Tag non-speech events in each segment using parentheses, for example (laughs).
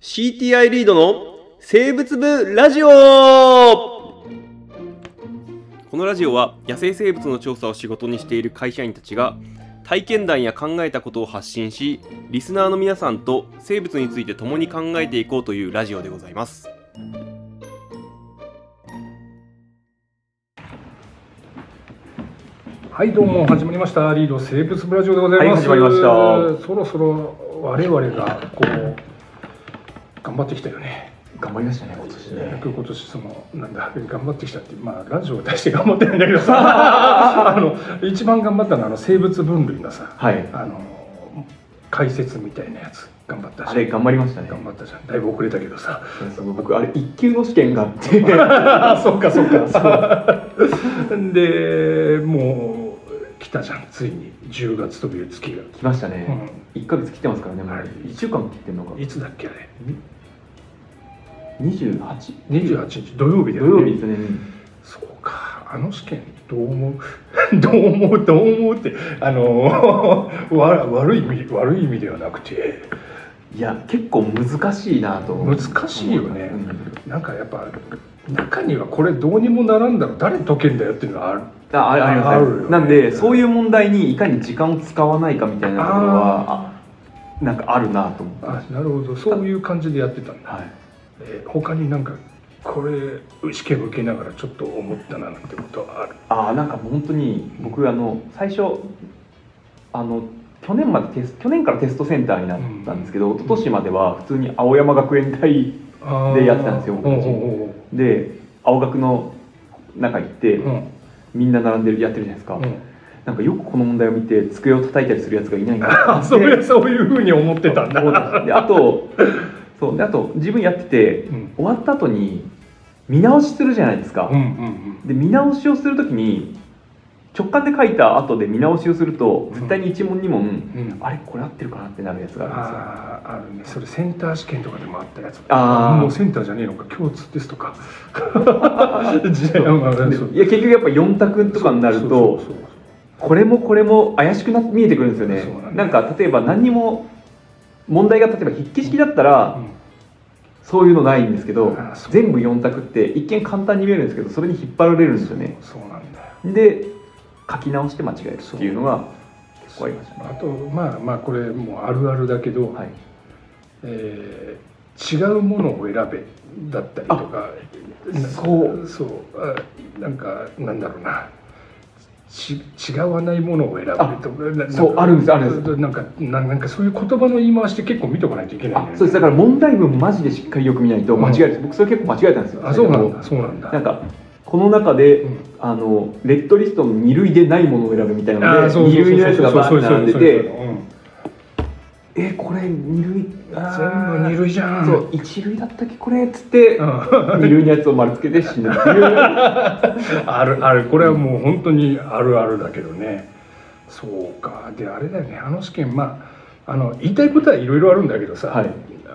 CTI リードの生物部ラジオこのラジオは野生生物の調査を仕事にしている会社員たちが体験談や考えたことを発信しリスナーの皆さんと生物について共に考えていこうというラジオでございますはいどうも始まりましたリード生物ブラジオでございます、はい始まりまそろそろ我々がこう頑張ってきたよね頑張りましたね今年ね今年そのなんだ頑張ってきたってまあラジオを出して頑張ってないんだけどさあの一番頑張ったのはあの生物分類のさはいあの解説みたいなやつ頑張ったじゃんあれ頑張りましたね頑張ったじゃんだいぶ遅れたけどさ (laughs) すごい僕あれ一級の試験があって (laughs) あそうかそうそうでもう来たじゃんついに10月という月が、来ましたうねん一ヶ月来てますからねもうはい一週間切ってんのかいつだっけあれ二十八28日土曜日だよ土曜ね日ですねそうかあの試験どう思う (laughs) どう思うどう思うってあの (laughs) わ悪い意味悪い意味ではなくていや結構難しいなと難しいよねうんなんかやっぱ中にはこれどうにもならんだろ誰解けんだよっていうのはあるああありあまるすよねなんでそういう問題にいかに時間を使わないかみたいなところはあなんかあるなと思ってあなるほどそういう感じでやってたんだ、はいえー他になんかこれ試験受けながらちょっと思ったななんてことはあるああなんか本当に僕あの最初あの去年までテス去年からテストセンターになったんですけど、一昨年までは普通に青山学園大あーでやってたんですよ僕たちほうほで青学の中行って、うほううんみんな並んでるやってるじゃないですか、うんなんかよくこの問題を見て机を叩いたりするやつがいないなと思あってそれそういうふうに思ってたんだそうなんですであとそうであと自分やっててうん終わった後に見直しするじゃないですか、うんうんで見直しをするときに直感で書いた後で見直しをすると絶対に1問2問、うんうんあれこれ合ってるかなってなるやつがあるんですよあーあるねそれセンター試験とかでもあったやつあーもうセンターじゃねえのか共通テス (laughs) トか時代の流れそうでいや結局やっぱ4択とかになるとそうそうこれもこれも怪しくなって見えてくるんですよねそうなんだよなんか例えば何にも問題が例えば筆記式だったらそういうのないんですけあどーそう全部4択って一見簡単に見えるんですけどそれに引っ張られるんですよねそうそうなんだよで書き直して間違えるっていうのが結構ありましたねあとまあまあこれもうあるあるだけど、はいえー違うものを選べだったりとかなそうそうあなんかなんだろうなち違わないものを選べとななんかそうあるんですあるんでなんかななんかそういう言葉の言い回しって結構見とかないといけないあねそうですだから問題文マジでしっかりよく見ないと間違える、う僕それ結構間違えたんですよあそうな最ん初だそうなんだなんかこの中で、うんあのレッドリストの二類でないものを選ぶみたいなあーのでそうそ二うそうそう類のやつがバーそうッてそうそう並んでそうてそううんえこれ二類あー全部二類じゃんそう一類だったっけこれっつってうん二類のやつを丸つけて死ぬって (laughs) いうあるあるこれはもう本当にあるあるだけどねそうかであれだよねあの試験まああの言いたいことはいろいろあるんだけどさ、はい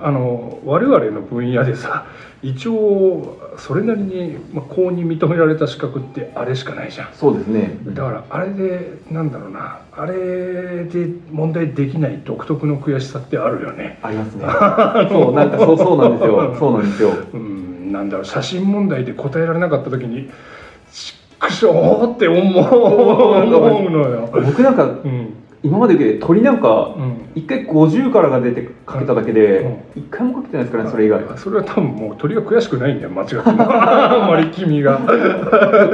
あの我々の分野でさ一応それなりに、まあ、公認認められた資格ってあれしかないじゃんそうですねだからあれでなんだろうなあれで問題できない独特の悔しさってあるよねあ (laughs) りますねそうなんかそうそうなんですよそうなんですようんなんだろう写真問題で答えられなかった時にちっくしょーって思う (laughs) 思うのよ、僕なんかうん今までで鳥なんかうん一回50からが出てかけただけでう一回もかけてないですからねそれ以外それは多分もう鳥は悔しくないんだよ間違って (laughs) もあんまり君が、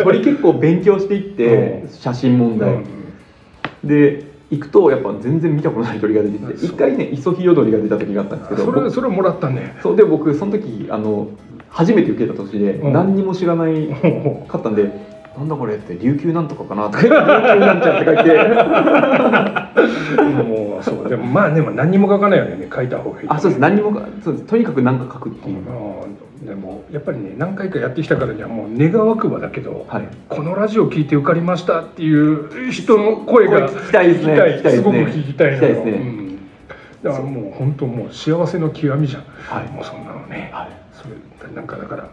鳥結構勉強していってうん写真問題、で行くとやっぱ全然見たことない鳥が出てきうんて一回ねイソヒヨドリが出た時があったんですけどそれ僕それもらったねそうで僕その時あの初めて受けた年でうん何にも知らないもかったんで「なんだこれ」って「琉球なんとかかな」とか言って「琉球なんちゃ」って書いてうそうでもまあでも何にも書かないよね書いた方がいいあそうです何にもかそうですとにかく何か書くっていう、うんでもやっぱりね何回かやってきたからにはもう願わくばだけど、はいこのラジオ聞いて受かりましたっていう人の声が聞きたいですね聞きたいすごく聞聞きたい聞のきたいよですねうんだからもう本当もう幸せの極みじゃんはいもうそんなのねはいそれなんかだから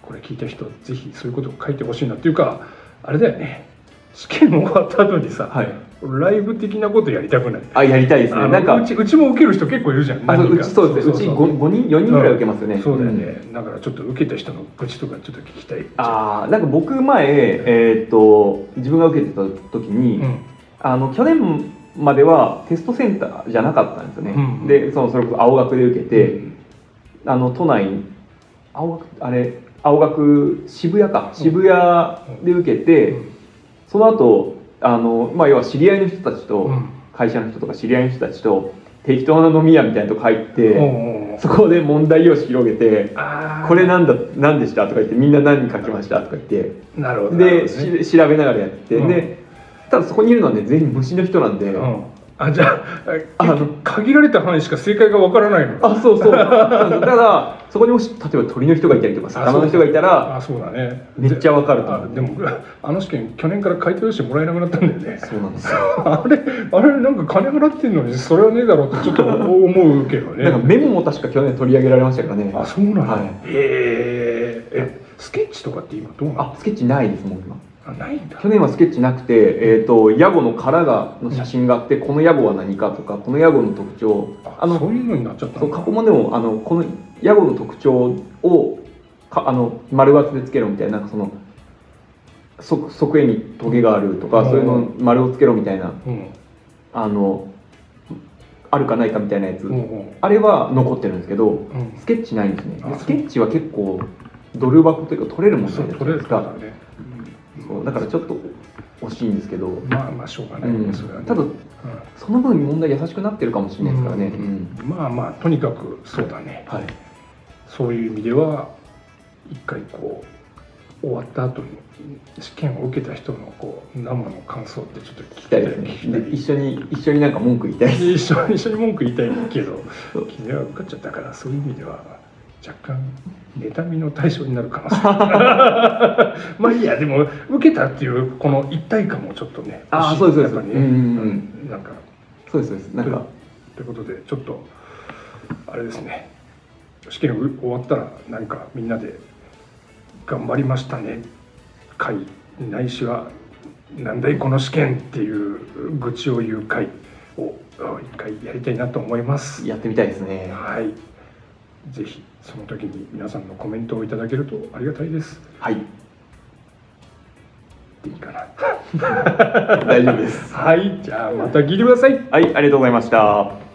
これ聞いた人ぜひそういうことを書いてほしいなっていうかあれだよね試験終わった後にさ、はいライブ的なことやりたくないあやりたいですあねのなんかうちうちも受ける人結構いるじゃんあそ何う人うかちそうですねうちそそ 5, 人4人ぐらい受けますよねそうだよんね、だからちょっと受けた人の愚痴とかちょっと聞きたいああなんか僕前えーっと自分が受けてた時に、うんあの去年まではテストセンターじゃなかったんですよね、うんでそのそれこそ青学で受けて、うんあの都内青学あれ青学渋谷か渋谷で受けて、その後あのまあ要は知り合いの人たちと、うん会社の人とか知り合いの人たちと適当な飲み屋みたいなとこ入って、おうおうおうそこで問題用紙広げてあ「ーこれなんだ何でした?」とか言って「みんな何書きました?」とか言ってなるほどなるで、ほどねし調べながらやって、うんでただそこにいるのはね全員虫の人なんで、うん、あじゃあああの限られた範囲しか正解がわからないのあ (laughs) そうそうだからそこにもし例えば鳥の人がいたりとか魚の人がいたらあそうだねめっちゃわかるとあ思うでもあの試験去年から回答用紙もらえなくなったんだよね (laughs) そうなんですよあれあれなんか金払ってんのにそれはねえだろうってちょっと思うけどなんかねメモも確か去年取り上げられましたからねあそうなの、はいへええスケッチとかって今どうなのあスケッチないですもん今あないんだ去年はスケッチなくて、えー、とヤゴの殻がの写真があってこのヤゴは何かとかこのヤゴの特徴ああのそういうのになっちゃったそのう過去問でもあのこのヤゴの特徴をかあの丸抜きでつけろみたいななんかその側側縁にトゲがあるとか、うんそういうの丸をつけろみたいなうんあのあるかないかみたいなやつ、うんうんあれは残ってるんですけどうんスケッチないんですねであスケッチは結構ドル箱というか取れるもんじそゃうない取れでるすからかね、うんそうだからちょっと惜しいんですけど、まあまあしょうがなういね、んそれはねただうんその分問題優しくなってるかもしれないですからね、うんうんまあまあとにかくそうだねはいそういう意味では一回こう終わった後に試験を受けた人のこう生の感想ってちょっと聞き聞きたたいいですねで聞き一緒に一緒になんか文句言いたいたい一緒一緒に文句言いたいけどそう君は受かっちゃったからそういう意味では若干妬みの対象になる可 (laughs) 能性がまあいいやでも受けたっていうこの一体感もちょっとねあ欲ーしいそうですやっぱりうんうんうねなんかそうですそうですなんかということでちょっとあれですね試験う終わったら何かみんなで「頑張りましたね」会ないしは「なんだいこの試験」っていう愚痴を言う会をあ一回やりたいなと思います。やってみたいですねはいぜひその時に皆さんのコメントをいただけるとありがたいです。はいでいいかな。 (laughs) 大丈夫ですはい、じゃあまた聞いてください。はいありがとうございました